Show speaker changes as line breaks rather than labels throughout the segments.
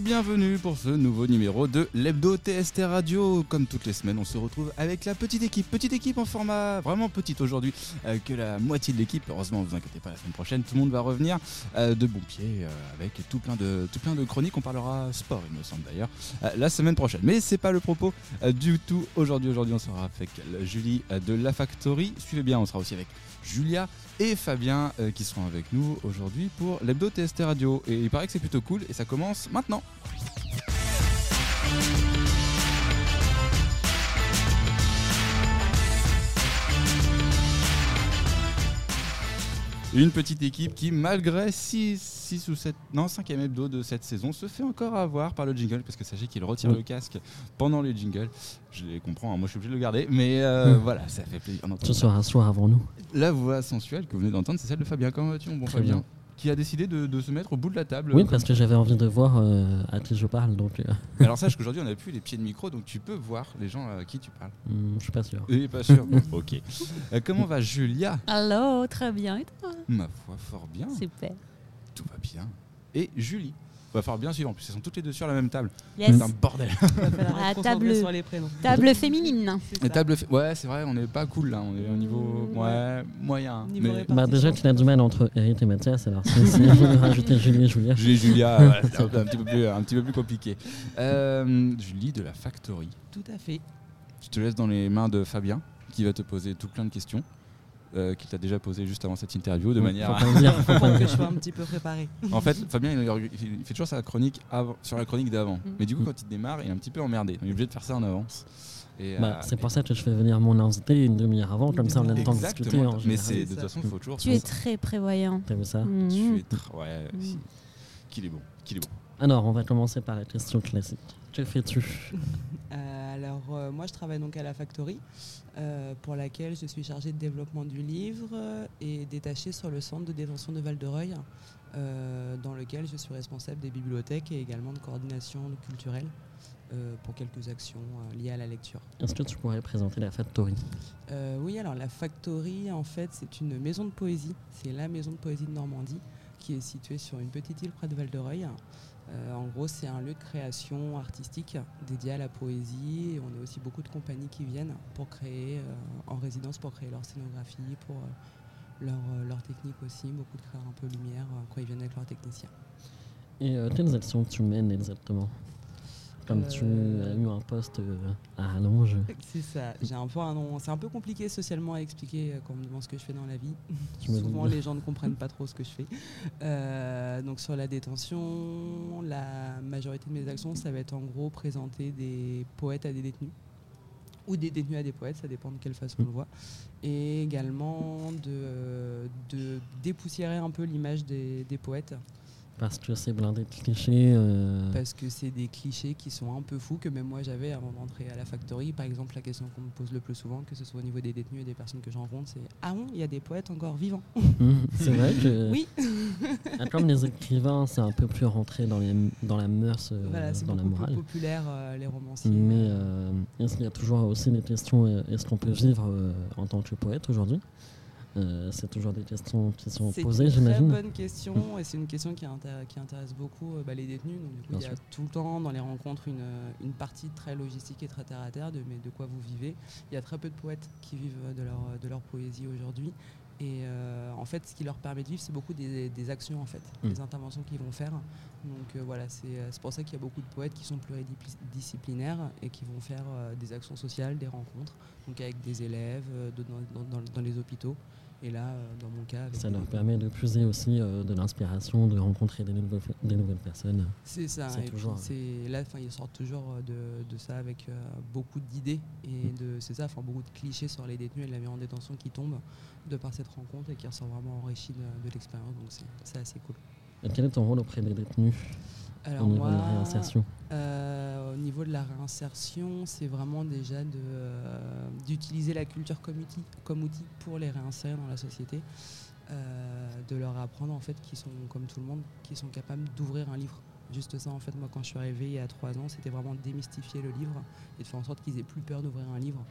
bienvenue pour ce nouveau numéro de l'Hebdo TST Radio. Comme toutes les semaines, on se retrouve avec la petite équipe. Petite équipe en format vraiment petite aujourd'hui euh, que la moitié de l'équipe. Heureusement, vous inquiétez pas, la semaine prochaine, tout le monde va revenir euh, de bon pied euh, avec tout plein de, tout plein de chroniques. On parlera sport, il me semble d'ailleurs, euh, la semaine prochaine. Mais c'est pas le propos euh, du tout aujourd'hui. Aujourd'hui, on sera avec Julie euh, de La Factory. Suivez bien, on sera aussi avec Julia et Fabien euh, qui seront avec nous aujourd'hui pour l'hebdo TST Radio. Et il paraît que c'est plutôt cool et ça commence maintenant. Une petite équipe qui, malgré 6, ou 7, non, 5e hebdo de cette saison, se fait encore avoir par le jingle, parce que sachez qu'il retire
Oui.
le casque pendant les jingles. Je les comprends, hein, moi je suis obligé de le garder, mais euh, voilà, ça fait plaisir. d'entendre
Ce soir, un soir avant nous.
La voix sensuelle que vous venez d'entendre, c'est celle de Fabien. Comment vas-tu, mon bon
Très
Fabien
bien.
Qui a décidé de, de se mettre au bout de la table.
Oui, parce que j'avais envie de voir euh, à qui je parle, donc euh,
Alors sache qu'aujourd'hui, on n'a plus les pieds de micro, donc tu peux voir les gens à qui tu parles.
hmm, je suis pas sûr.
Et pas sûr. Bon, ok. Euh, comment va Julia
Allô, très bien. Et toi
Ma foi, fort bien.
Super.
Tout va bien. Et Julie Va fort bien suivant, en plus elles sont toutes les deux sur la même table.
Yes.
C'est un bordel.
Ah,
À
table.
table sur les prénoms.
Table féminine.
Les tables fait- Ouais, c'est vrai, on n'est pas cool là, on est au niveau
Mmh,
ouais, moyen.
Niveau
Mais-
répartition.
Bah, déjà, tu as du mal entre Eric et Mathias, alors si si vous voulez rajouter Julie et Julia.
Julie, Julia, voilà, c'est un, un petit peu plus, un petit peu plus compliqué. Euh, Julie de la Factory.
Tout à fait.
Je te laisse dans les mains de Fabien, qui va te poser tout plein de questions euh, qu'il t'a déjà posées juste avant cette interview, de
Faut-
manière.
Faut pas le dire, faut pas le
Pour que
dire.
je sois un petit peu préparé.
en fait, Fabien, il, il- il fait toujours sa chronique avant- sur la chronique d'avant. Mais du coup,
Mm.
quand il démarre, il est un petit peu emmerdé. Donc, il est obligé de faire ça en avance. Et,
Bah,
euh,
c'est pour ça que je fais venir mon invité une demi-heure avant, comme ça on a le temps de discuter.
Exactement.
En
mais
général. Mm.
c'est de toute façon, il faut toujours.
Tu es très prévoyant.
T'as vu ça
Mhm.
Ah, Tu es tr- Ouais,
Mm.
si. Qu'il est bon. Qu'il est bon.
Alors, on va commencer par la question classique. Que fais-tu
Euh, alors, euh, moi, je travaille donc à la Factory, euh, pour laquelle je suis chargée de développement du livre euh, et détachée sur le centre de détention de Val-de-Reuil, euh, dans lequel je suis responsable des bibliothèques et également de coordination culturelle euh, pour quelques actions euh, liées à la lecture.
Est-ce que tu pourrais présenter la factory
Euh, oui, alors la Factory, en fait, c'est une maison de poésie. C'est la maison de poésie de Normandie qui est située sur une petite île près de Val-de-Reuil. Euh, en gros, c'est un lieu de création artistique dédié à la poésie. Et on a aussi beaucoup de compagnies qui viennent pour créer euh, en résidence, pour créer leur scénographie, pour euh, leur, euh, leur technique aussi. Beaucoup de créateurs un peu lumière euh, quand ils viennent avec leurs techniciens.
Et euh, quelles actions tu mènes exactement Comme tu as
Euh.
eu un poste euh, à rallonge.
C'est ça. J'ai un peu un nom. C'est un peu compliqué socialement à expliquer euh, quand on me demande ce que je fais dans la vie.
Tu me
Souvent,
dis-
les gens ne comprennent pas trop ce que je fais. Euh, donc, sur la détention, la majorité de mes actions, ça va être en gros présenter des poètes à des détenus ou des détenus à des poètes, ça dépend de quelle façon on le voit. Et également de, euh, de dépoussiérer un peu l'image des, des poètes
Parce que c'est blindé de clichés. euh,
parce que c'est des clichés qui sont un peu fous que même moi j'avais avant d'entrer à la factory. Par exemple, la question qu'on me pose le plus souvent, que ce soit au niveau des détenus et des personnes que je rencontre, c'est Ah bon, il y a des poètes encore vivants
Mhm. C'est vrai que.
Oui.
Ah, Comme les écrivains, c'est un peu plus rentré dans, les, dans la mœurs, euh,
Voilà, c'est
dans la
beaucoup plus
morale.
populaire, euh, les romanciers.
Mais euh, est-ce qu'il y a toujours aussi des questions euh, Est-ce qu'on peut vivre euh, en tant que poète aujourd'hui Euh, C'est toujours des questions qui sont
C'est
posées,
une très
j'imagine.
bonne question et c'est une question qui, intér- qui intéresse beaucoup euh, bah, les détenus. Donc, du coup,
Bien
il y a tout le temps dans les rencontres une, euh, une partie très logistique et très terre à terre de mais de quoi vous vivez. Il y a très peu de poètes qui vivent euh, de leur, euh, de leur poésie aujourd'hui. Et euh, en fait, ce qui leur permet de vivre, c'est beaucoup des, des actions, en fait,
Mm.
des interventions qu'ils vont faire. Donc euh, voilà, c'est euh, c'est pour ça qu'il y a beaucoup de poètes qui sont pluridisciplinaires et qui vont faire euh, des actions sociales, des rencontres, donc avec des élèves, euh, de- dans, dans- dans- dans les hôpitaux. Et là, euh, dans mon cas, avec
Ça
des-
leur permet de puiser aussi euh, de l'inspiration, de rencontrer des nouvelles, des nouvelles personnes.
C'est ça.
C'est
Et puis
toujours, euh,
c'est là, enfin, ils sortent toujours euh, de, de ça avec euh, beaucoup d'idées et
Mm.
de c'est ça, enfin beaucoup de clichés sur les détenus et de la vie en détention qui tombent de par cette rencontre et qui ressortent vraiment enrichis de, de l'expérience. Donc c'est- c'est assez cool.
Et quel est ton rôle auprès des détenus
Alors
au niveau de la
moi,
réinsertion
euh, au niveau de la réinsertion, c'est vraiment déjà de, euh, d'utiliser la culture comme outil, comme outil pour les réinsérer dans la société, euh, de leur apprendre en fait qu'ils sont comme tout le monde, qu'ils sont capables d'ouvrir un livre. Juste ça, en fait, moi quand je suis arrivée il y a trois ans, c'était vraiment démystifier le livre et de faire en sorte qu'ils aient plus peur d'ouvrir un livre.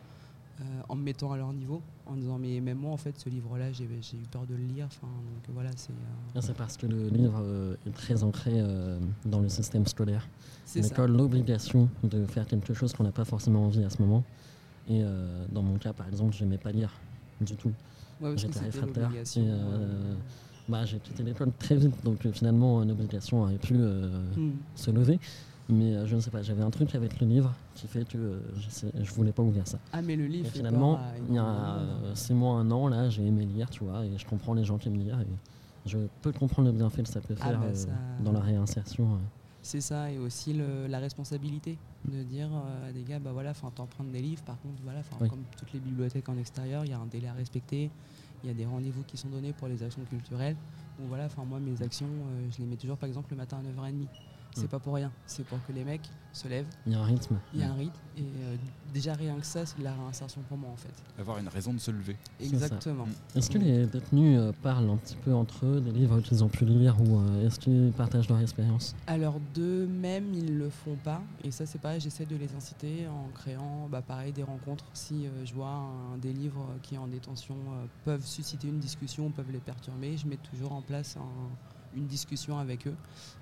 euh, en me mettant à leur niveau, en disant mais même moi en fait ce livre-là j'ai j'ai eu peur de le lire. Enfin, donc voilà, c'est euh,
Ah, C'est parce que le livre euh, est très ancré euh, dans le système scolaire.
c'est ça.
L'école, l'obligation de faire quelque chose qu'on n'a pas forcément envie à ce moment. Et euh, dans mon cas, par exemple, j'aimais pas lire du tout.
Ouais, parce que
J'étais
c'était
réfractaire,
l'obligation,
et, euh, Bah, j'ai quitté l'école très vite, donc euh, finalement, une obligation aurait pu euh,
hmm.
se lever. Mais euh, je ne sais pas, j'avais un truc avec le livre qui fait que euh, je sais- je voulais pas ouvrir ça.
Ah mais le
Et
livre. fait
finalement,
peur à
il y a
énormément de monde, hein.
euh, six mois, un an, là, j'ai aimé lire, tu vois, et je comprends les gens qui aiment lire. Et je peux comprendre le bienfait que ça peut
Ah,
faire
bah,
euh,
ça-
dans la réinsertion. euh.
C'est ça, et aussi le- la responsabilité de dire euh, à des gars, bah voilà, enfin, prendre des livres. Par contre, voilà, 'fin,
Oui.
comme toutes les bibliothèques en extérieur, il y a un délai à respecter, il y a des rendez-vous qui sont donnés pour les actions culturelles. Donc voilà, enfin, moi, mes actions, euh, je les mets toujours, par exemple, le matin à 9h30. C'est
Mm.
pas pour rien, c'est pour que les mecs se lèvent,
Il y a un rythme.
il y a un rythme, et euh, déjà rien que ça, c'est de la réinsertion pour moi en fait.
Avoir une raison de se lever.
C'est ça.
Exactement.
Mm.
Est-ce que les détenus euh, parlent un petit peu entre eux des livres qu'ils ont pu lire ou euh, est-ce qu'ils partagent leur expérience
Alors d'eux-mêmes, ils le font pas. Et ça, c'est pareil, j'essaie de les inciter en créant, bah, pareil, des rencontres. Si euh, je vois un- des livres qui, en détention, euh, peuvent susciter une discussion, peuvent les perturber, je mets toujours en place un- une discussion avec eux.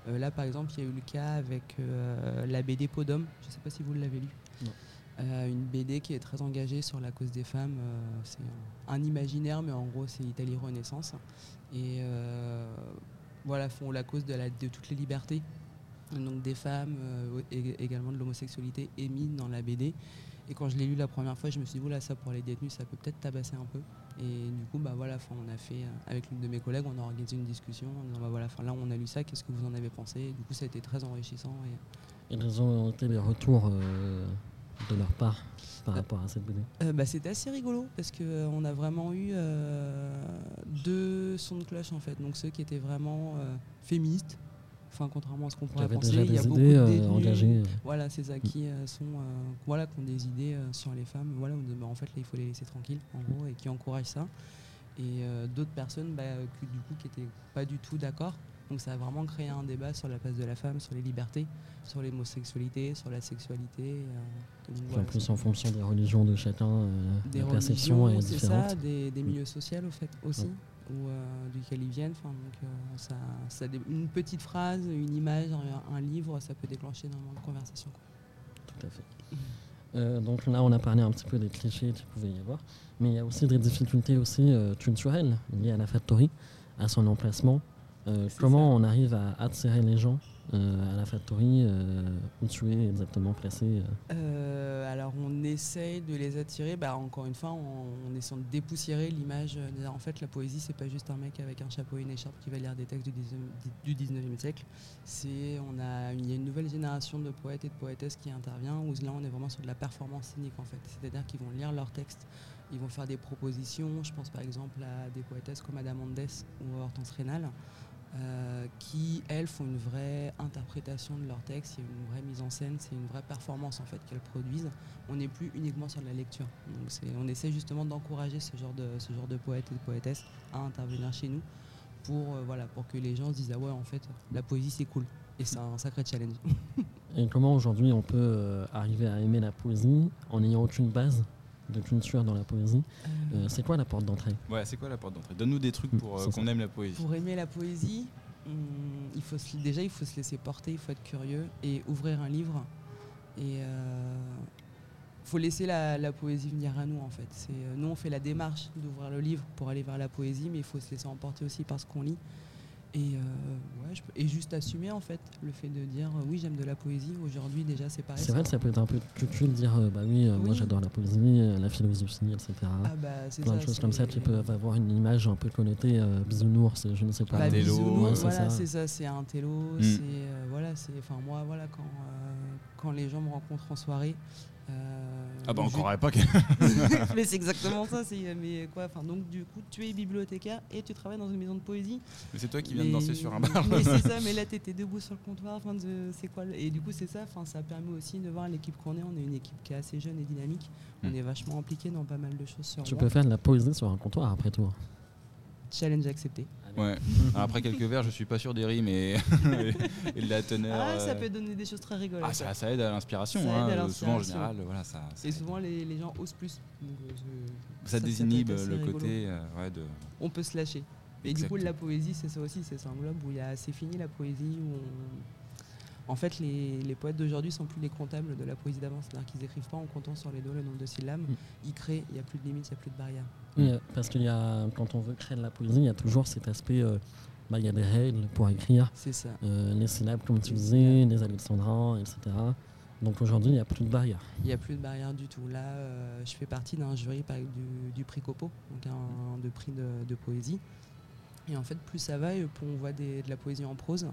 Euh, là, par exemple, il y a eu le cas avec euh, la BD Podom. Je ne sais pas si vous l'avez lu.
Non.
Euh, une BD qui est très engagée sur la cause des femmes. Euh, c'est un, un imaginaire, mais en gros, c'est Italie Renaissance. Et euh, voilà, font la cause de, la- de toutes les libertés donc des femmes, euh, ég- également de l'homosexualité émise dans la BD. Et quand je l'ai lu la première fois, je me suis dit, voilà, ça pour les détenus, ça peut peut-être tabasser un peu. Et du coup, bah voilà, enfin, on a fait, euh, avec l'une de mes collègues, on a organisé une discussion en disant, bah voilà, enfin, là on a lu ça, qu'est-ce que vous en avez pensé Et Du coup, ça a été très enrichissant. Et...
Ils ont été les retours euh, de leur part par
Euh,
rapport à cette BD.
Euh, bah, C'était assez rigolo parce qu'on on a vraiment eu euh, deux sons de cloche en fait. Donc ceux qui étaient vraiment euh, féministes, enfin, contrairement à ce qu'on
Ils
pourrait
avaient
penser,
déjà
il y a
des
beaucoup de
idées euh,
détenus.
engagées.
Voilà, c'est ça qui euh, sont, euh, voilà, qui ont des idées euh, sur les femmes. Voilà, on dit, bah, en fait, là, il faut les laisser tranquilles, en gros, et qui encouragent ça. Et euh, d'autres personnes, bah, euh, que, du coup, qui n'étaient pas du tout d'accord. Donc, ça a vraiment créé un débat sur la place de la femme, sur les libertés, sur l'homosexualité, sur la sexualité. euh, et donc,
Puis
voilà,
en plus,
c'est
en fonction des religions de chacun, euh,
des
la perception est
religions, c'est ça,
différente.
des, des milieux sociaux, au fait, aussi, ou euh, duquel ils viennent. Enfin, donc, euh, ça, ça dé- une petite phrase, une image, un, un livre, ça peut déclencher énormément de conversations. quoi.
Tout à fait. Euh, donc là, on a parlé un petit peu des clichés qu'il pouvait y avoir, mais il y a aussi des difficultés aussi euh, culturelles liées à la factory, à son emplacement. Euh,
C'est
comment on arrive à attirer les gens euh, à la factory euh, où tu es exactement placé euh,
Euh, alors on essaye de les attirer, bah, encore une fois, on, on essaie de dépoussiérer l'image. euh, de- En fait, la poésie, c'est pas juste un mec avec un chapeau et une écharpe qui va lire des textes du 19e du 19e siècle. C'est, on a, il y a une nouvelle génération de poètes et de poétesses qui intervient, où là, on est vraiment sur de la performance scénique, en fait. C'est-à-dire qu'ils vont lire leurs textes, ils vont faire des propositions. Je pense par exemple à des poétesses comme Ada Mendes ou Hortense Rénal. euh, qui, elles, font une vraie interprétation de leurs textes, il y a une vraie mise en scène, c'est une vraie performance en fait qu'elles produisent. On n'est plus uniquement sur de la lecture. Donc c'est- on essaie justement d'encourager ce genre de, ce genre de poètes et de poétesses à intervenir chez nous pour, euh, voilà, pour que les gens se disent Ah ouais, en fait, la poésie c'est cool. Et c'est un sacré challenge.
Et comment aujourd'hui on peut euh, arriver à aimer la poésie en n'ayant aucune base de culture dans la poésie Euh, C'est quoi la porte d'entrée
Ouais, c'est quoi la porte d'entrée Donne-nous des trucs
Mm,
pour euh,
c'est
qu'on aime la poésie.
Pour aimer la poésie, hum, il faut se- déjà il faut se laisser porter, il faut être curieux et ouvrir un livre. Et euh, faut laisser la, la poésie venir à nous en fait. C'est, euh, nous on fait la démarche d'ouvrir le livre pour aller vers la poésie, mais il faut se laisser emporter aussi par ce qu'on lit. Et, euh, ouais, je peux- et juste assumer en fait le fait de dire euh, oui j'aime de la poésie. Aujourd'hui déjà c'est pareil.
C'est vrai que ça peut être un peu cucu de dire euh, bah oui, euh, moi
Oui.
j'adore la poésie, euh, la philosophie, etc.
Ah bah, c'est
plein de
ça,
choses comme ça qui
c'est-
peuvent avoir une image un peu connotée euh, bisounours, je ne sais pas.
Bah,
Un télo,
bisounours,
ouais, c'est Mm.
voilà,
ça.
c'est ça, c'est un télo, c'est euh, voilà, c'est enfin moi voilà quand euh, quand les gens me rencontrent en soirée. euh,
Ah bah
je-
encore à l'époque.
mais c'est exactement ça, c'est euh, mais quoi enfin donc du coup tu es bibliothécaire et tu travailles dans une maison de poésie.
Mais c'est toi qui viens de
Mais-
danser sur un bar.
Mais c'est ça, mais là t'étais debout sur le comptoir, enfin de- c'est quoi le- et du coup c'est ça, enfin ça permet aussi de voir l'équipe qu'on est, on est une équipe qui est assez jeune et dynamique, on
Mm.
est vachement impliqué dans pas mal de choses sur
Tu
moi.
peux faire de la poésie sur un comptoir après tout.
Challenge accepté.
Allez,
Ouais. Alors, après quelques verres, je suis pas sûr des rimes et, et de la teneur.
Ah, ça
euh,
peut donner des choses très rigolotes.
ah, ça, ça aide à l'inspiration.
Ça
hein.
aide à
Euh, Souvent, en
l'inspiration.
général, voilà, ça, ça
Et
aide.
souvent, les, les gens osent plus. Donc, euh, je-
Ça
peut
désinhibe
être assez
le
rigolo.
côté euh, ouais, de.
On peut se lâcher. Et du coup, la poésie, c'est ça aussi, c'est ça englobe où il y a c'est fini la poésie, où on- En fait, les, les poètes d'aujourd'hui sont plus les comptables de la poésie d'avant, c'est-à-dire qu'ils n'écrivent pas en comptant sur les doigts le nombre de syllabes,
Mm.
ils créent, il n'y a plus de limites, il n'y a plus de barrières.
Oui, euh, parce qu'il y a, quand on veut créer de la poésie, il y a toujours cet aspect, euh, bah, il y a des règles pour écrire
C'est ça.
euh, les syllabes comme tu disais, les alexandrins, etc. Donc aujourd'hui, il n'y a plus de barrière.
Il n'y a plus de barrière du tout. Là, euh, je fais partie d'un jury par exemple, du, du prix Copo, donc
Mm.
un de prix de, de poésie. Et en fait, plus ça va, et plus on voit des- de la poésie en prose,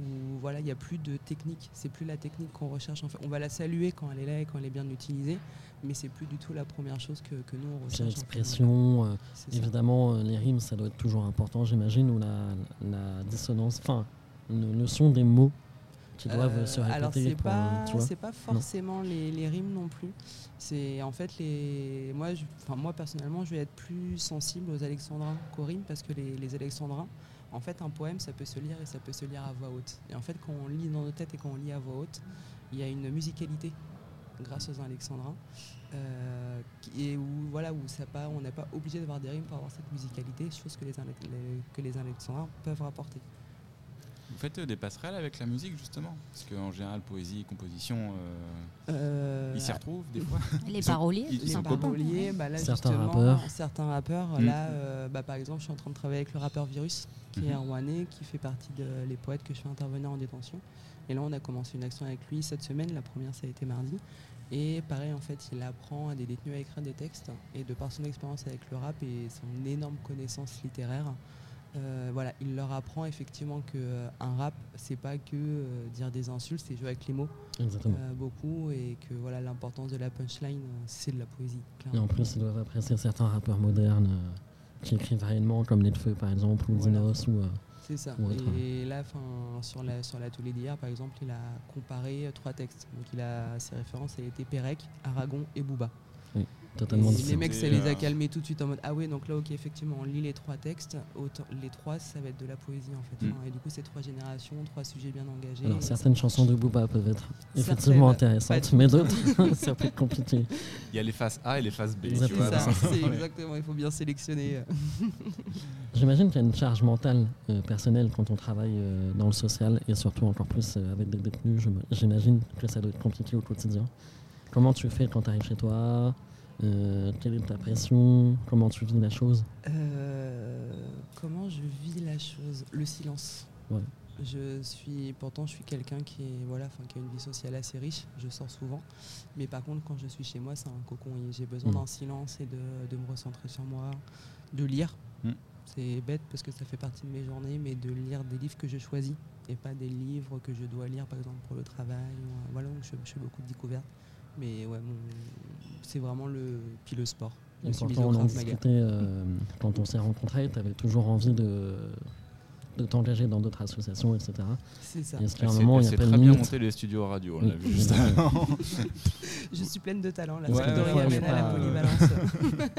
où voilà, il n'y a plus de technique. C'est plus la technique qu'on recherche. En fait, on va la saluer quand elle est là et quand elle est bien utilisée, mais c'est plus du tout la première chose que, que nous on
C'est
recherche. en fait.
l'expression, euh,
C'est ça.
évidemment, euh, les rimes, ça doit être toujours important, j'imagine, ou la, la dissonance, enfin, le, le son des mots qui doivent
Euh,
se
Alors
répéter.
c'est
pour,
pas,
tu vois.
c'est pas forcément les, les rimes non plus. C'est en fait les, moi, je- enfin moi personnellement, je vais être plus sensible aux alexandrins qu'aux rimes parce que les, les alexandrins, en fait, un poème, ça peut se lire et ça peut se lire à voix haute. Et en fait, quand on lit dans nos têtes et quand on lit à voix haute, il y a une musicalité grâce aux alexandrins euh, qui- et où voilà où ça pas, on n'est pas obligé d'avoir des rimes pour avoir cette musicalité, chose que les, Ale- les- que les alexandrins peuvent rapporter.
Vous faites euh, des passerelles avec la musique, justement Parce qu'en général, poésie, composition, euh,
Euh,
ils s'y retrouvent des fois.
Les
Ils sont-
paroliers,
ils sont
tout
les
copains.
simplement.
paroliers, bah là,
Certains
justement,
rappeurs.
certains rappeurs,
Mm.
là, euh, bah, par exemple, je suis en train de travailler avec le rappeur Virus, qui est
Mhm.
rouennais, qui fait partie des poètes que je fais intervenir en détention. Et là, on a commencé une action avec lui cette semaine. La première, ça a été mardi. Et pareil, en fait, il apprend à des détenus à écrire des textes. Et de par son expérience avec le rap et son énorme connaissance littéraire, euh, voilà, il leur apprend effectivement que euh, un rap, c'est pas que euh, dire des insultes, c'est jouer avec les mots
Exactement.
euh, beaucoup et que voilà l'importance de la punchline, euh, c'est de la poésie.
Et
clairement.
en plus, ils doivent apprécier certains rappeurs modernes euh, qui écrivent réellement, comme Netfeu par exemple, ou
Voilà.
Dinos, ou. euh,
C'est ça.
Ou autre.
Et là, 'fin, sur la, sur la télé d'hier, par exemple, il a comparé euh, trois textes. Donc, il a ses références, ça a été Pérec, Aragon et Booba. Et
totalement
les
différent.
différents.
mecs, ça
Et,
les
euh,
a calmés tout de suite en mode Ah ouais, donc là, ok, effectivement, on lit les trois textes. Autant, les trois, ça va être de la poésie en fait.
Mm.
Enfin, Et du coup, c'est trois générations, trois sujets bien engagés.
Alors, certaines chansons de Booba peuvent être effectivement
Certaines, pas
intéressantes,
toutes.
mais d'autres, ça peut être compliqué.
Il y a les faces A et les faces B.
C'est
Tu vois,
Exactement.
ça,
dans-
c'est exactement, il faut bien sélectionner. euh.
J'imagine qu'il y a une charge mentale euh, personnelle quand on travaille euh, dans le social et surtout encore plus euh, avec des détenus. Je me- J'imagine que ça doit être compliqué au quotidien. Comment tu fais quand tu arrives chez toi Euh, Quelle est ta pression Comment tu vis la chose
Euh, comment je vis la chose Le silence.
Ouais.
Je suis, pourtant, je suis quelqu'un qui, est- voilà, enfin, qui a une vie sociale assez riche. Je sors souvent. Mais par contre, quand je suis chez moi, c'est un cocon. et J'ai besoin
Mm.
d'un silence et de, de me recentrer sur moi, de lire.
Mm.
C'est bête parce que ça fait partie de mes journées, mais de lire des livres que je choisis et pas des livres que je dois lire, par exemple, pour le travail. ou, euh, voilà, donc je, je fais beaucoup de découvertes. Mais ouais, mon- c'est vraiment le. Puis le sport. Je
Et
me suis mise
pourtant, on
au
en
Krav Maga.
discutait euh, quand on s'est rencontrés, tu avais toujours envie de, de t'engager dans d'autres associations, etc.
C'est ça.
Est-ce qu'à
Elle
un
sait-
moment,
elle
il
sait
n'y a pas
très
de
bien
limite
monter les studios radio, on
Oui.
l'a vu juste avant.
Je suis pleine de talent là,
Ouais,
c'est Dorian
ouais,
Gavin
faut
à la
pas- euh,
polyvalence.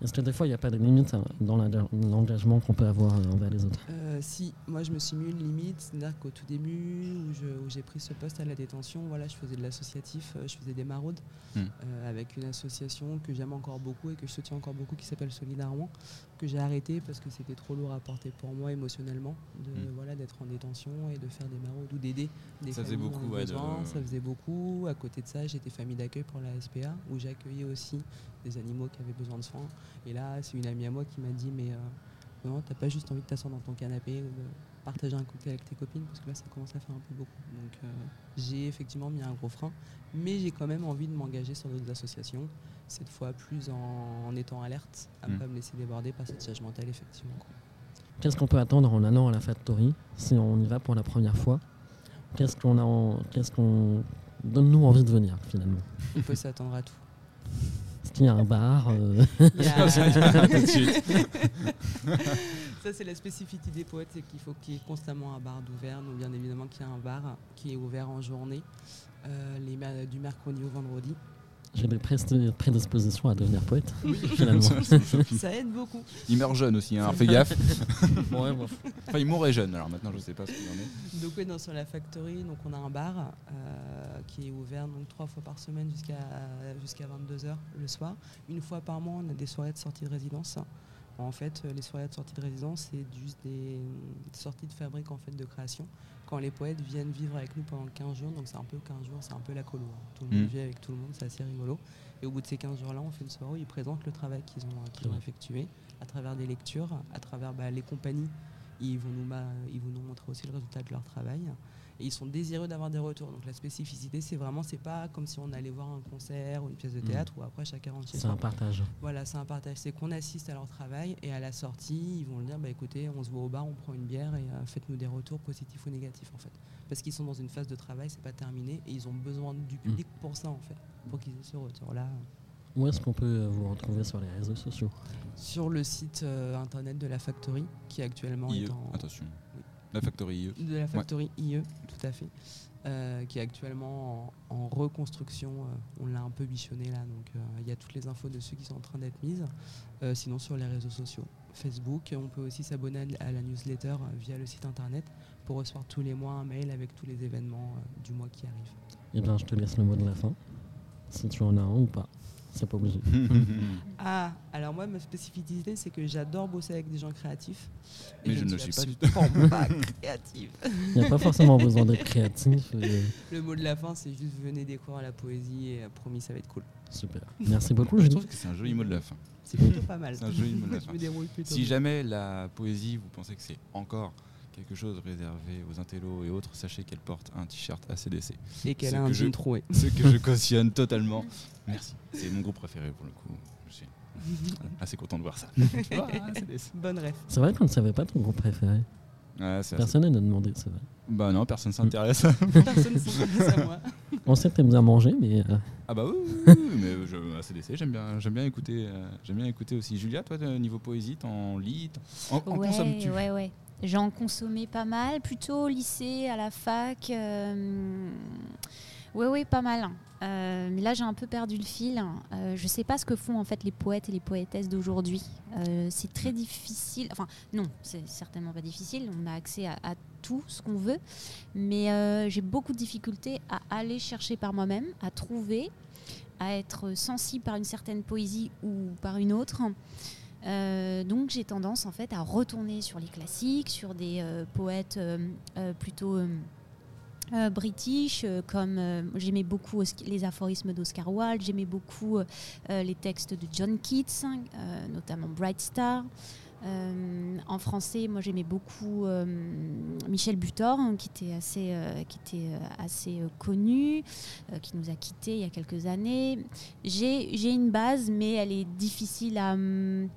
Est-ce que des fois, il n'y a pas de limite euh, dans la- l'engagement qu'on peut avoir euh, envers les autres
Euh, si, moi je me suis mis une limite, c'est-à-dire qu'au tout début où je- où j'ai pris ce poste à la détention, voilà, je faisais de l'associatif, euh, je faisais des maraudes
Mm.
euh, avec une association que j'aime encore beaucoup et que je soutiens encore beaucoup qui s'appelle Solidarement, que j'ai arrêté parce que c'était trop lourd à porter pour moi émotionnellement, de
Mm.
voilà d'être en détention et de faire des maraudes ou d'aider des
Ça faisait
familles dans
beaucoup,
les
ouais, de-
besoins, ça faisait beaucoup. À côté de ça, j'étais famille d'accueil pour la SPA où j'accueillais aussi des animaux qui avaient besoin de soins. Et là, c'est une amie à moi qui m'a dit mais euh, non, t'as pas juste envie de t'asseoir dans ton canapé ou de partager un cocktail avec tes copines parce que là, ça commence à faire un peu beaucoup. Donc euh, j'ai effectivement mis un gros frein, mais j'ai quand même envie de m'engager sur d'autres associations. Cette fois plus en, en étant alerte, à ne
Mm.
pas me laisser déborder par cette charge mentale effectivement. quoi.
Qu'est-ce qu'on peut attendre en allant à la Factory si on y va pour la première fois Qu'est-ce qu'on a en- Qu'est-ce qu'on donne-nous envie de venir finalement
On peut s'attendre à tout.
Est-ce qu'il y a un bar euh,
Il y a-
Tout de suite.
Ça, c'est la spécificité des poètes, c'est qu'il faut qu'il y ait constamment un bar d'ouvert. Donc, bien évidemment, qu'il y a un bar qui est ouvert en journée, euh, les mer- du mercredi au vendredi.
j'ai des prés- prédispositions à devenir poète, finalement.
Ça aide beaucoup.
il meurt jeune aussi, hein, alors fais gaffe.
Ouais, bon.
Enfin, il mourait jeune, alors maintenant je sais pas ce qu'il en est.
Donc oui, non, sur la factory, donc on a un bar euh, qui est ouvert donc trois fois par semaine jusqu'à jusqu'à 22h le soir. Une fois par mois, on a des soirées de sortie de résidence. En fait, euh, les soirées de sortie de résidence, c'est juste des mm, sorties de fabrique en fait de création. Quand les poètes viennent vivre avec nous pendant 15 jours, donc c'est un peu 15 jours, c'est un peu la colo. hein. Tout le monde
Mm.
vit avec tout le monde, c'est assez rigolo. Et au bout de ces 15 jours-là, on fait une soirée où ils présentent le travail qu'ils ont, euh, qu'ils ont
Ouais.
effectué à travers des lectures, à travers bah, les compagnies. Ils vont, nous, ma- ils vont nous montrer aussi le résultat de leur travail. Et ils sont désireux d'avoir des retours. Donc la spécificité, c'est vraiment, c'est pas comme si on allait voir un concert ou une pièce de
Mm.
théâtre où après chacun rentre chez
C'est
soi.
un partage.
Voilà, c'est un partage. C'est qu'on assiste à leur travail et à la sortie, ils vont le dire bah, écoutez, on se voit au bar, on prend une bière et euh, faites-nous des retours positifs ou négatifs, en fait. Parce qu'ils sont dans une phase de travail, c'est pas terminé et ils ont besoin du public pour ça, en fait, pour qu'ils aient ce retour-là.
Où est-ce qu'on peut euh, vous retrouver sur les réseaux sociaux
Sur le site euh, internet de la Factory, qui actuellement
IE,
est en.
attention. La factory IE.
De la Factory IE, tout à fait. euh, qui est actuellement en, en reconstruction. euh, on l'a un peu bichonné là, donc euh, il y a toutes les infos dessus qui sont en train d'être mises. Euh, sinon sur les réseaux sociaux, Facebook. On peut aussi s'abonner à- à la newsletter euh, via le site internet pour recevoir tous les mois un mail avec tous les événements euh, du mois qui arrive.
Eh bien, je te laisse le mot de la fin. Si tu en as un ou pas, c'est pas obligé.
Ah, alors moi ma spécificité c'est que j'adore bosser avec des gens créatifs.
Mais je ne le suis pas du
absolument pas créatif.
Il n'y a pas forcément besoin d'être créatif. euh,
Le mot de la fin c'est juste venez découvrir la poésie et euh, promis ça va être cool.
super. Merci beaucoup,
je
Julie.
trouve que c'est un joli mot de la fin.
C'est plutôt pas mal.
C'est un joli mot de la fin.
Je me déroule plutôt.
Si
bien.
jamais la poésie, vous pensez que c'est encore quelque chose réservé aux intellos et autres, sachez qu'elle porte un t-shirt ACDC.
Et qu'elle
C'est
a
que
un
je-
jean troué.
Ce que je cautionne totalement. Merci. C'est mon groupe préféré pour le coup. Je suis assez content de voir ça. Tu vois, ACDC.
Bonne ref.
C'est vrai qu'on ne savait pas ton groupe préféré.
Ouais, Ah, c'est assez-
Personne ne nous a demandé, c'est vrai.
Bah non, personne s'intéresse.
Personne ne s'intéresse à moi.
On sait que t'aimes bien manger, mais euh,
Ah bah oui, oui, oui, mais je, ACDC, j'aime bien, j'aime bien écouter, euh, j'aime bien écouter aussi. Julia, toi, de- niveau poésie, t'en lis, t'en en- en
ouais,
consommes-tu
ouais, ouais. J'en consommais pas mal, plutôt au lycée, à la fac. euh, Ouais, ouais, pas mal. Euh, mais là, j'ai un peu perdu le fil. Euh, je sais pas ce que font en fait les poètes et les poétesses d'aujourd'hui. Euh, c'est très difficile. Enfin, non, c'est certainement pas difficile. On a accès à, à tout ce qu'on veut, mais euh, j'ai beaucoup de difficultés à aller chercher par moi-même, à trouver, à être sensible par une certaine poésie ou par une autre. Euh, donc j'ai tendance en fait à retourner sur les classiques, sur des euh, poètes euh, euh, plutôt euh, euh, british, euh, comme euh, j'aimais beaucoup Os- les aphorismes d'Oscar Wilde, j'aimais beaucoup euh, euh, les textes de John Keats, hein, euh, notamment Bright Star. Euh, en français, moi j'aimais beaucoup euh, Michel Butor, hein, qui était assez, euh, qui était, euh, assez euh, connu, euh, qui nous a quittés il y a quelques années. J'ai j'ai une base, mais elle est difficile à, hum,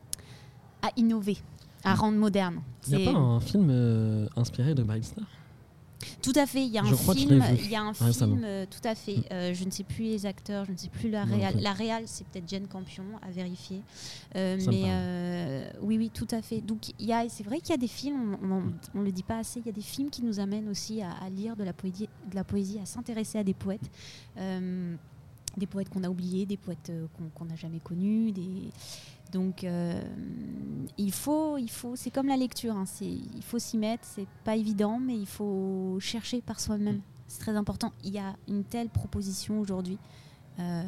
à innover, à rendre moderne.
il n'y a
C'est-
pas un film euh, inspiré de Bright Star
tout à fait, il y a
Je
un
crois que je
film,
l'ai vu
il y a un
récemment.
film, euh, tout à fait.
Mm.
Euh, je ne sais plus les acteurs, je ne sais plus la
Moi non
réal.
plus.
La réal, c'est peut-être Jane Campion à vérifier. Euh,
Ça me
mais
parle.
euh, oui, oui, tout à fait. Donc il y a, c'est vrai qu'il y a des films, on, on, on le dit pas assez, il y a des films qui nous amènent aussi à, à lire de la poésie, de la poésie, à s'intéresser à des poètes. Euh, des poètes qu'on a oubliés, des poètes euh, qu'on qu'on n'a jamais connus, des, donc euh, il faut, il faut, c'est comme la lecture, hein, c'est, il faut s'y mettre, c'est pas évident, mais il faut chercher par soi-même. C'est très important. Il y a une telle proposition aujourd'hui. Euh,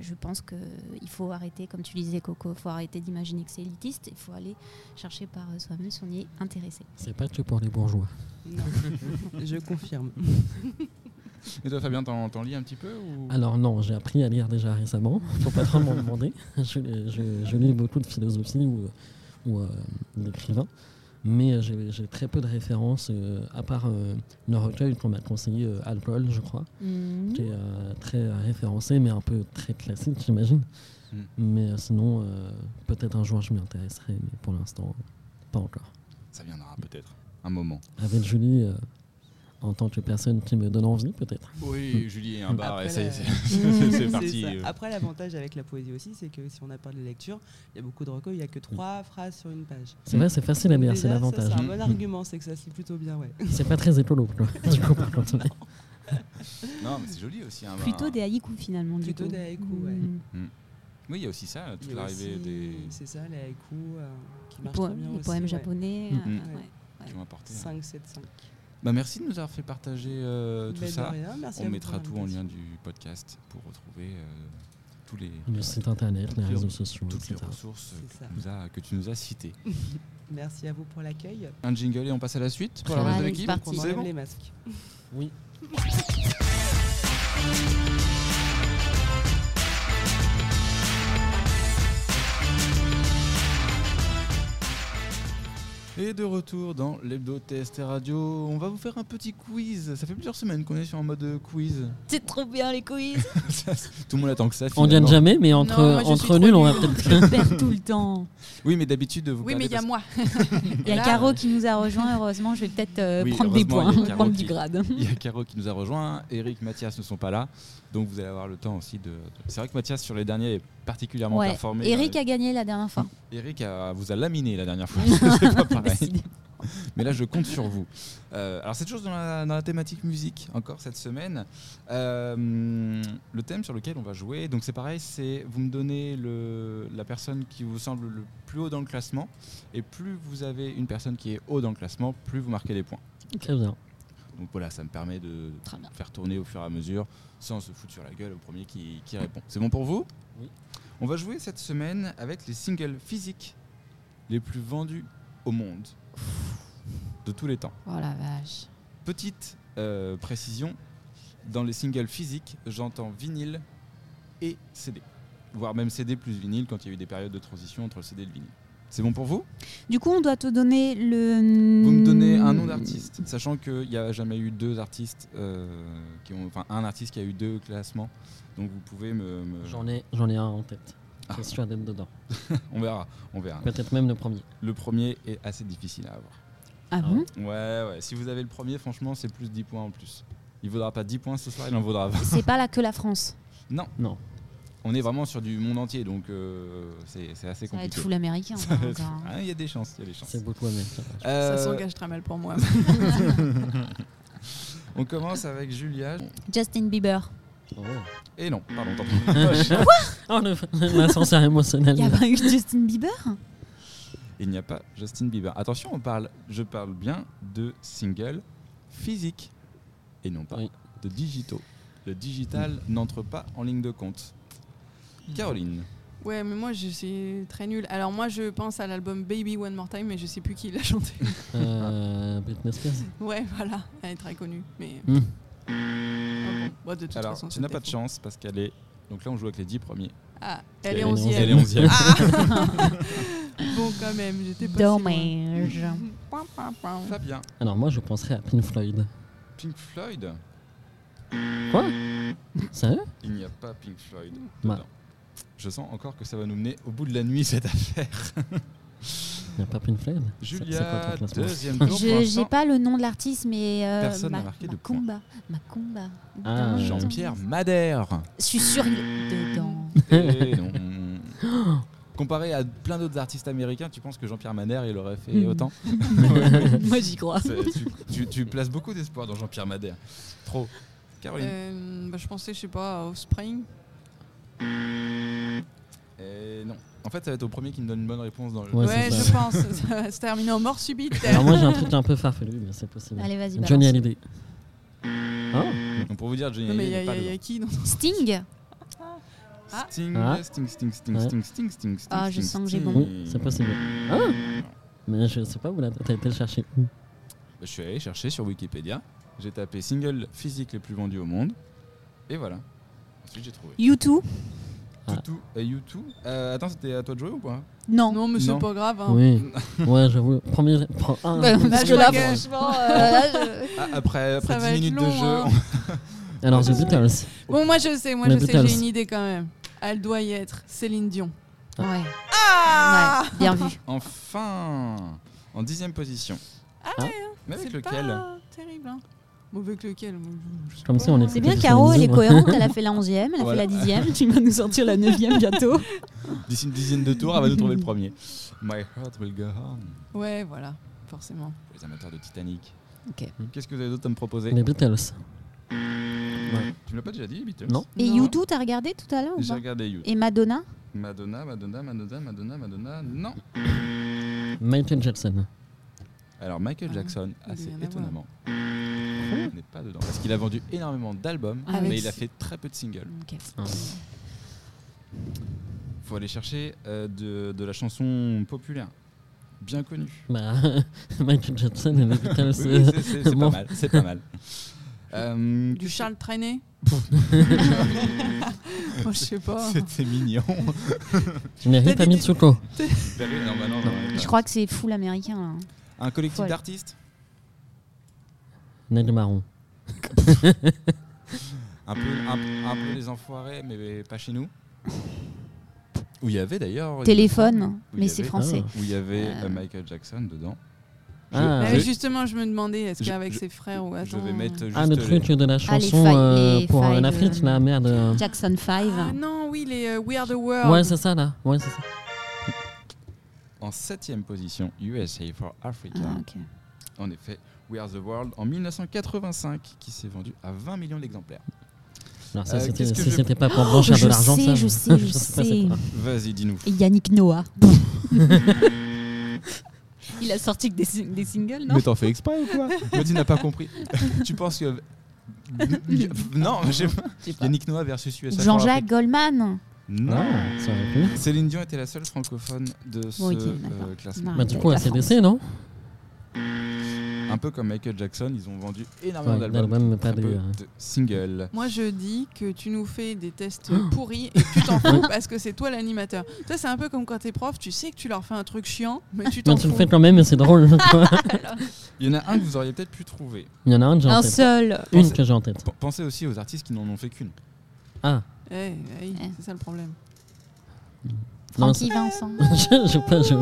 je pense qu'il faut arrêter, comme tu disais Coco, il faut arrêter d'imaginer que c'est élitiste, il faut aller chercher par euh, soi-même si on y est intéressé.
C'est pas que pour les bourgeois.
Non. Je confirme.
Et toi, Fabien, t'en, t'en lis un petit peu ou...
Alors non, j'ai appris à lire déjà récemment, faut pas trop m'en demander. Je, je- je lis beaucoup de philosophie ou, ou euh, d'écrivains, mais euh, j'ai j'ai très peu de références, euh, à part euh, le recueil qu'on m'a conseillé, euh, Alcool, je crois,
Mmh.
qui est euh, très euh, référencé, mais un peu très classique, j'imagine.
Mm.
Mais euh, sinon, euh, peut-être un jour je m'y intéresserai, mais pour l'instant, pas encore.
Ça viendra peut-être, un moment.
Avec Julie, euh, en tant que personne qui me donne envie, peut-être.
Oui, Julie et un bar,
Hmm. Après
et ça y est,
la-
c'est,
Mmh.
c'est
C'est
parti.
ça. Ah,
euh.
Après, l'avantage avec la poésie aussi, c'est que si on a pas de lecture, il y a beaucoup de recueils, il n'y a que trois phrases sur une page.
C'est vrai, c'est facile à
Donc
lire,
déjà,
c'est
ça,
l'avantage.
C'est un
Mm.
bon argument, c'est que ça se lit plutôt bien, ouais.
C'est pas très écolo, quoi. Du coup, pour continuer.
Non, mais c'est joli aussi. hein,
Plutôt
ben,
des haïkus finalement. du
Plutôt
coup.
des haïkus, ouais.
Mm.
Oui, il y a aussi ça,
Il y
toute
a
l'arrivée
aussi,
des.
C'est ça, les haïkus euh, qui
Les,
marchent
po-
très bien
les
aussi,
poèmes
ouais.
japonais.
Mhm.
euh, ouais.
qui vont apporter. hein.
5, 7, 5.
Bah, merci de nous avoir fait partager euh, tout
Mais Ben, de
ça.
rien, merci à
On
vous
mettra
pour
tout en lien
l'invitation.
du podcast pour retrouver euh, tous les,
Le site internet, les
Toutes les-
réseaux sociaux,
toutes les
etc.
ressources que
C'est ça.
tu, nous as, que tu nous as citées.
Merci à vous pour l'accueil.
Un jingle et on passe à la suite
Ah,
pour la
Allez,
reste de
c'est
l'équipe.
parti.
On
C'est
enlève
bon
les masques.
Oui.
Et de retour dans l'hebdo TST Radio, on va vous faire un petit quiz. Ça fait plusieurs semaines qu'on est sur un mode euh, quiz.
C'est trop bien les quiz.
Tout le monde attend que ça.
On gagne
finalement.
jamais, mais entre,
Non, moi, je suis
entre
trop
nuls, on va
nulle.
peut-être.
On perd tout le temps.
Oui, mais d'habitude, vous
Oui, mais il y a
perdez
moi.
Il y a
Là,
Caro qui nous a rejoint. Heureusement, je vais peut-être euh,
Oui,
prendre des
heureusement,
points,
il y a Caro
prendre
qui-
du grade.
parce- il y a Caro qui nous a rejoint. Eric, Mathias ne sont pas là. Donc vous allez avoir le temps aussi de. de- C'est vrai que Mathias, sur les derniers, est particulièrement
Ouais.
performé.
Eric
Euh,
a gagné la dernière fois.
Eric a- vous a laminé la dernière fois. C'est pas pareil. Mais là, je compte sur vous. Euh, alors, cette chose dans la, dans la thématique musique, encore cette semaine. Euh, le thème sur lequel on va jouer, donc c'est pareil, c'est vous me donnez le, la personne qui vous semble le plus haut dans le classement. Et plus vous avez une personne qui est haut dans le classement, plus vous marquez des points.
Très bien.
Donc voilà, ça me permet de
Très bien.
faire tourner au fur et à mesure sans se foutre sur la gueule au premier qui, qui répond. C'est bon pour vous
Oui.
On va jouer cette semaine avec les singles physiques les plus vendus au monde de tous les temps.
Oh la vache.
Petite euh, précision, dans les singles physiques, j'entends vinyle et CD. Voire même CD plus vinyle quand il y a eu des périodes de transition entre le CD et le vinyle. C'est bon pour vous
Du coup, on doit te donner le. hmm.
Vous me donnez un nom d'artiste, sachant qu'il n'y a jamais eu deux artistes, euh, qui ont, enfin un artiste qui a eu deux classements. Donc vous pouvez me... me-
J'en ai, j'en ai un en tête.
Ah.
C'est sûr d'être dedans.
On verra, on verra.
Peut-être même le premier.
Le premier est assez difficile à avoir.
Ah bon
Ouais, ouais, si vous avez le premier, franchement, c'est plus 10 points en plus. Il vaudra pas 10 points ce soir, il en vaudra 20.
C'est pas là que la France.
Non.
On est vraiment sur du monde entier, donc euh, c'est c'est assez
Ça va être
compliqué.
full américain.
Ça
ça,
va être-
encore, hein.
Ah, Il y a des chances, il y a des chances.
C'est beaucoup à mettre.
Euh,
Ça s'engage très mal pour moi.
on commence avec Julia.
Justin Bieber.
Oh,
Et non, pardon, tant
oh le- l'ascenseur émotionnel.
Il n'y a pas eu Justin Bieber
Il n'y a pas Justin Bieber. Attention, on parle, je parle bien de singles physiques et non pas
Oui.
de digitaux. Le digital n'entre pas en ligne de compte. Caroline,
Ouais, mais moi je suis très nulle. Alors moi je pense à l'album Baby One More Time, mais je sais plus qui l'a chanté.
Euh, Britney Spears.
ouais, voilà, elle est très connue. Mais.
Hmm.
Ah bon, bah, de toute
alors
façon,
tu
c'était
n'as pas de
faux.
chance parce qu'elle est. Donc là, on joue avec les 10 premiers.
Ah, elle,
Elle
est
est
onzième.
Elle est 11e.
Ah Bon, quand même, j'étais pas. si
Dommage.
loin. Pouin, pouin, pouin.
Fabien,
Alors moi, je penserais à Pink Floyd.
Pink Floyd
Sérieux
Il n'y a pas Pink Floyd.
Bah.
dedans. Je sens encore que ça va nous mener au bout de la nuit cette affaire.
Il n'y a pas Pink Floyd C'est quoi
Julia,
ton classement
deuxième tour. pour
Je j'ai
l'instant.
pas le nom de l'artiste, mais euh,
Personne n'a
Ma-
marqué de
Macumba. Macumba.
Ah,
Putain,
Jean-Pierre Madère.
Je suis sûre qu'il est dedans.
Et non. Comparé à plein d'autres artistes américains, tu penses que Jean-Pierre Madère, il aurait fait
Mhm.
Mm.
autant
Moi, j'y crois.
C'est- tu, tu- tu places beaucoup d'espoir dans Jean-Pierre Madère. Trop. Caroline.
Euh, bah, je pensais, je sais pas, à Offspring.
Eh non. En fait, ça va être au premier qui me donne une bonne réponse dans le.
Ouais,
Ouais,
c'est ça,
je
ouais.
pense. Ça va se terminer en mort subite.
Alors moi, j'ai un truc un peu farfelu, mais c'est possible.
Allez, vas-y.
Johnny
balance.
Hallyday. Oh,
Donc pour vous dire, Johnny
Non, mais il
Hallyday
y, a-
n'est pas
y a- y
dedans.
a qui dans
Sting
Ah.
Sting,
Ah.
Sting, Sting, Sting,
Ouais.
Sting, Sting, Sting, Sting.
Ah, je sens que j'ai
Sting.
bon.
oui, c'est possible. Ah mais je sais pas où la- t'as été le chercher. où.
Bah, Je suis allé chercher sur Wikipédia. J'ai tapé single physique les plus vendus au monde. Et voilà. Ensuite, j'ai trouvé.
U2
Ah.
Toutou, euh, U2. Euh, attends, c'était à toi de jouer ou pas
Non.
Non, mais
Non.
c'est pas grave. Hein.
Oui. Ouais, j'avoue. Premier, ah, prends un.
Bah,
Là,
parce
je
que là,
m'engage.
franchement, euh, là, je-
Ah, après,
Ça
après
va
10
être
minutes de
long,
jeu,
hein.
Alors, The Beatles.
Bon, moi je sais, moi
Les
je sais,
Beatles.
j'ai une idée quand même. Elle doit y être, Céline Dion.
Ouais.
Ah
Ouais, bien vu.
Enfin En dixième position.
Ah
Hein
ouais,
Mais avec
C'est
lequel
pas terrible, hein. Bon, avec lequel moi, je- je sais
Comme
pas.
si on était-
C'est
C'était
bien,
juste
Caro,
une
elle est
zone.
cohérente. Elle a fait la 11e, elle a
Voilà.
fait la 10e. Tu vas nous sortir la 9e bientôt.
D'ici une dizaine de tours, elle va nous trouver le premier. My heart will go on.
Ouais, voilà, forcément.
Pour les amateurs de Titanic.
Ok.
Qu'est-ce que vous avez d'autre à me proposer
Les hein. Beatles.
Tu me l'as pas déjà dit, les Beatles
Non.
Et
Non.
YouTube, t'as regardé tout à l'heure ou
J'ai
bah.
pas
regardé You.
Et Madonna
Madonna, Madonna, Madonna, Madonna, Madonna, non.
Michael Jackson.
Alors Michael
Ah,
Jackson,
il
assez
y en a
étonnamment, n'est pas dedans. Parce qu'il a vendu énormément d'albums,
Ah
mais
oui.
il a fait très peu de singles.
Mm.
Ok.
Ah.
Faut aller chercher euh, de, de la chanson populaire, bien connue.
Bah, Michael Jackson et les Beatles.
Oui, oui,
euh,
c'est- c'est c'est pas
bon.
mal, c'est pas mal. Euh,
Du Charles Trainé Moi, je sais pas.
C'était mignon.
Tu mérites
T'as
Ami
dit-
Tsuko.
Non, bah non, non, non.
Je crois que c'est full américain. hein. là.
Un collectif
Folle.
d'artistes
Ned Marron.
un peu, un, un peu les enfoirés, mais pas chez nous. Où il y avait d'ailleurs.
Téléphone,
il y
mais c'est
avait-
français.
Où il y avait
Euh.
euh, Michael Jackson dedans. Je-
Ah.
Ah,
je-
mais justement, je me demandais, est-ce
je-
qu'avec
je-
ses frères ou
Je
attends...
vais mettre juste. euh,
Ah, le
les-
truc de la chanson
failles-
euh,
les
pour euh,
failles,
l'Afrique,
euh,
la merde. euh.
Jackson 5.
Ah, non, oui, les euh, We Are the World.
Ouais, c'est ça, là. Ouais, c'est ça.
En septième position, USA for Africa.
Ah, ok.
En effet, We Are the World en 1985, qui s'est vendu à 20 millions d'exemplaires.
Alors, ça,
Euh,
c'était,
qu'est-ce que
si
je-
c'était pas pour blanchir
Oh, je
de l'argent,
sais,
ça.
je sais, je
pas c'est
sais.
quoi.
Vas-y, dis-nous.
Et Yannick Noah. Il a sorti que des, sing- des singles, non
Mais t'en fais exprès ou quoi Mehdi n'a pas compris. tu penses que. non, j'ai Yannick Noah versus USA.
Ou
for
Jean-Jacques
Africa.
Goldman.
Non.
Ah, ça aurait pu.
Céline Dion était la seule francophone de ce
Bon, ok, d'accord.
euh, classement.
Bah,
Ouais,
du
avec
coup,
la
ACDC, non
Un peu comme Michael Jackson, ils ont vendu énormément
Ouais,
d'albums.
l'album, mais pas
très peu
de. euh,
de hein. singles.
Moi, je dis que tu nous fais des tests pourris et tu t'en fous parce que c'est toi l'animateur. Toi, c'est un peu comme quand t'es prof, tu sais que tu leur fais un truc chiant, mais tu t'en
Mais tu
fous.
le fais quand même, et c'est drôle. quoi.
Il y en a un que vous auriez peut-être pu trouver.
Il y en a un que j'ai en
Un
tête.
seul.
Une que j'ai en tête.
P- Pensez aussi aux artistes qui n'en ont fait qu'une.
Ah,
Eh, eh, oui,
Eh.
C'est ça le problème.
non,
Francky Vincent.
je je sais pas, je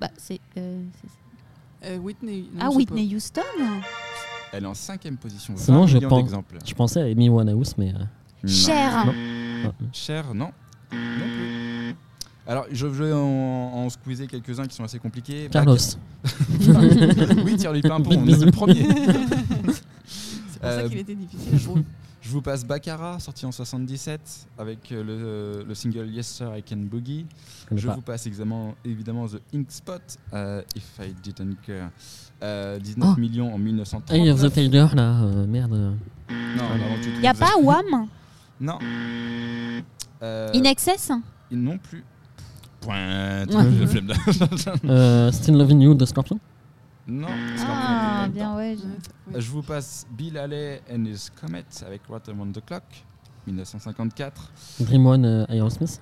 Bah, c'est, euh, c'est-
Euh, Whitney. non,
ah,
je sais
Whitney Houston
Elle est en cinquième position, 20
Sinon, je
millions
pense-
d'exemplaires.
Je pensais à Amy Winehouse, mais. euh,
Non.
Cher.
Non.
Cher, non. Non plus. Alors, je vais en, en squeezer quelques-uns qui sont assez compliqués.
Carlos.
oui, tire-lui pas un pont, on est le premier.
pas. C'est pour
Euh,
ça qu'il était difficile à trouver.
Je vous passe Baccara, sorti en 77, avec euh, le, le single Yes Sir I Can Boogie.
Je connais
Je
pas.
vous passe examen- évidemment The Ink Spot, euh, If I Didn't Care. Euh, 19
Oh.
millions en 1930.
Eye of the Tiger, là, euh, merde. euh,
Non, non, non, tu
Y a
trouves-
pas Wham
Non. Euh,
In Excess
non plus. Point.
Ouais.
Je flemme là.
Euh, Still Loving You de Scorpion.
non. parce qu'en
Ah,
fait,
bien, ouais.
Ouais,
je-
oui.
Je vous passe Bill Haley and His Comet avec What on the Clock, 1954.
Dream One, euh, Aerosmith.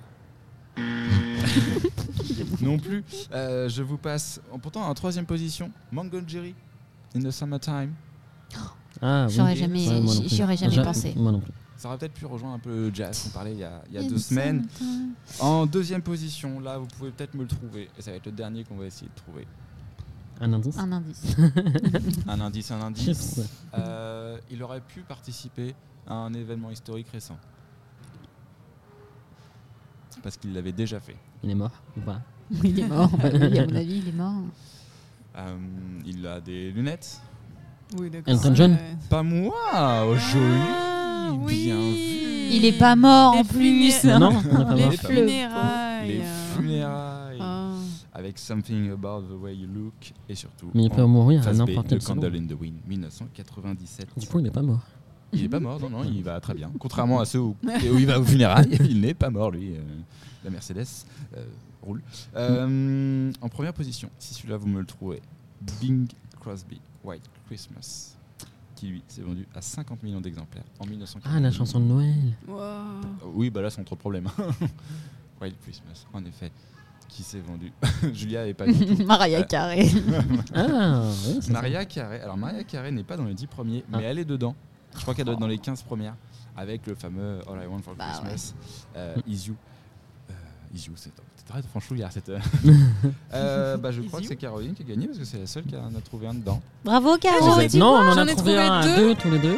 Non plus. Euh, je vous passe, en pourtant en troisième position, Mango Jerry, In the Summertime.
Ah, oui.
J'aurais
oui.
jamais,
Ouais, moi non
j'y
plus.
j'aurais jamais
J'a-
pensé.
Moi non plus.
Ça aurait peut-être pu rejoindre un peu le jazz qu'on parlait il y a, il y a deux semaines. En deuxième position, là, vous pouvez peut-être me le trouver. Et ça va être le dernier qu'on va essayer de trouver.
Un indice.
Un indice.
Un indice, un indice.
Chips.
Euh, il aurait pu participer à un événement historique récent. Parce qu'il l'avait déjà fait.
Il est mort ou pas
Il est mort. bah oui, à mon avis, il est mort.
Euh, il a des lunettes.
Oui, d'accord.
Elton John
Ouais.
Pas moi oh, Joli
Ah,
Bien
oui.
vu
Il est pas mort
Les
en plus.
funérailles.
Non, on n'a pas mort.
Les funérailles.
Les
euh.
funérailles
Ah.
Avec Something About the Way You Look et surtout
Mais il peut
en
mourir à
face B
n'importe
de
quel second.
Candle in the Wind 1997.
Du coup, il est pas mort.
Il n'est pas mort, non, non, il va très bien. Contrairement à ceux où, et où il va au funérailles, il n'est pas mort, lui. Euh, la Mercedes euh, roule. Euh, en première position, si celui-là vous me le trouvez, Bing Crosby, White Christmas, qui lui s'est vendu à 50 millions d'exemplaires en 1940.
Ah, la chanson de Noël.
Oh, Wow.
Oui, bah là, c'est notre problème. White Christmas, en effet, qui s'est vendu. Julia n'avait pas du tout.
Mariah Carey.
Ah, oui, c'est ça.
Maria Carré. Alors Maria Carré n'est pas dans les 10 premiers,
Ah.
mais elle est dedans. Je crois qu'elle doit être dans les 15 premières avec le fameux All I Want for
Bah
Christmas, euh, Is You. Euh, is You, c'est c'est vrai, franchement, il y a cette. euh, euh, bah, je
Is
crois que
You.
c'est Caroline qui a gagné parce que c'est la seule qui en a trouvé un dedans.
Bravo,
J'en
Caro.
ai Ah, dit
non,
quoi
on en
J'en
a trouvé
ai trouvé
un à
deux.
deux, tous les deux.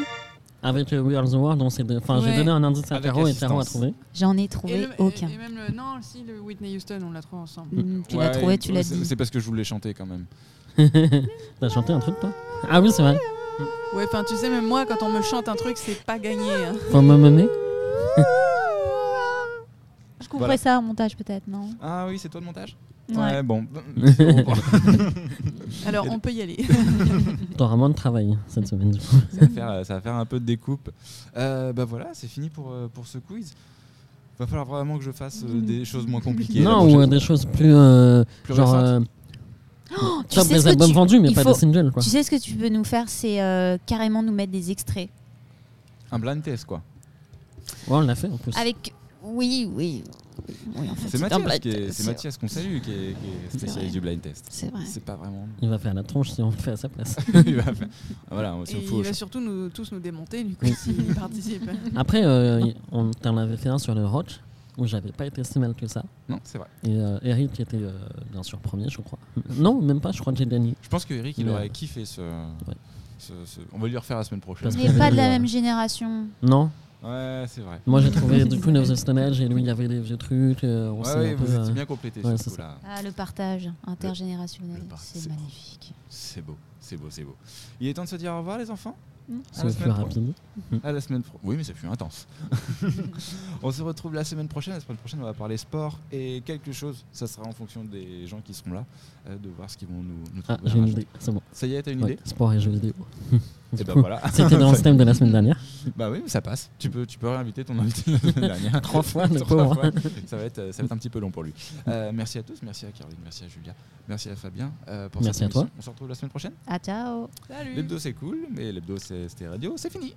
Avec euh, We Are the World, on s'est deux- Enfin, j'ai
Ouais.
donné un indice à
Avec
Caro et Caro a
assistance.
trouvé.
J'en ai
Et,
trouvé
le-
aucun.
et même le. Non, si, le Whitney Houston, on l'a trouvé ensemble.
Mm, Tu l'as
Ouais,
trouvé, tu l'as
c'est-
dit.
C'est parce que je voulais chanter quand même.
T'as chanté un truc, toi Ah oui, c'est vrai.
Ouais, enfin, tu sais, même moi, quand on me chante un truc, c'est pas gagné. hein.
Faut me mener
Je couperai
Voilà.
ça en montage peut-être, non
Ah oui, c'est toi le montage
Ouais.
bon.
Alors, on peut y aller.
T'auras moins de travail cette semaine. du coup.
ça, va faire, euh, ça va faire un peu de découpe. Euh, bah voilà, c'est fini pour, euh, pour ce quiz. Va falloir vraiment que je fasse euh, des choses moins compliquées. la
Non,
prochaine
ou euh,
fois.
des choses plus. euh,
Plus
genre.
récentes.
euh,
Oh, tu
top
sais
des
ce que
albums
tu-
vendus, mais
il
pas
faut-
des singles, quoi.
Tu sais ce que tu peux nous faire, c'est euh, carrément nous mettre des extraits.
Un blind test, quoi.
Ouais, on l'a fait en plus.
Avec. Oui, oui. oui en fait,
C'est
un
Mathias,
blind
qui est-
test,
c'est Mathias qu'on salue qui est, qui est
C'est
spécialiste du
vrai.
blind test.
C'est vrai.
C'est pas vraiment.
Il va faire la tronche si on le fait à sa place.
Il va faire- voilà, on
Et
s'en
il
fout. au
va
choix.
surtout nous, tous nous démonter, du coup,
Oui.
s'il y participe.
Après, euh, y- on t'en avait fait un sur le rock, où j'avais pas été si mal que ça.
Non, c'est vrai.
Et euh, Eric était euh, bien sûr premier, je crois. Non, même pas, je crois que j'ai gagné.
Je pense que Eric, il
Mais,
aurait
euh,
kiffé ce, ce- ce- On va lui refaire la semaine prochaine.
Parce
Mais pas de la
Euh,
même génération.
Non,
Ouais, c'est vrai.
moi j'ai trouvé du coup Neuf the Stone Age, et lui il y avait des vieux trucs. euh, on
Ouais,
s'est
ouais,
un peu,
vous
euh,
étiez bien complété
ouais,
ce
c'est
coup-là.
Ah, le partage intergénérationnel,
Le par-
c'est
c'est-
magnifique.
C'est beau, c'est beau, c'est beau. Il est temps de se dire au revoir, les enfants.
Mm.
À la
C'est plus
semaine pro-
rapide.
À la semaine pro- Oui, mais c'est plus intense. on se retrouve la semaine prochaine. La semaine prochaine, on va parler sport et quelque chose. Ça sera en fonction des gens qui seront là, euh, de voir ce qu'ils vont nous, nous
Ah,
trouver à
j'ai une
rajouter.
idée, c'est bon.
Ça y est, t'as une
Ouais,
idée
sport et jeux vidéo.
Et
Du
ben
coup,
voilà.
C'était dans le thème de la semaine dernière.
Bah oui, mais ça passe. Tu peux, tu peux réinviter ton invité de la semaine dernière.
Trois fois, le
Trois
pauvre.
fois. Ça va, être, euh, ça va être un petit peu long pour lui. Euh, merci à tous, merci à Caroline, merci à Julia, merci à Fabien euh, pour
Merci
cette
à toi.
émission. On se retrouve la semaine prochaine.
Ah, ciao
Salut
L'hebdo c'est cool, mais l'hebdo c'est c'était radio, c'est fini.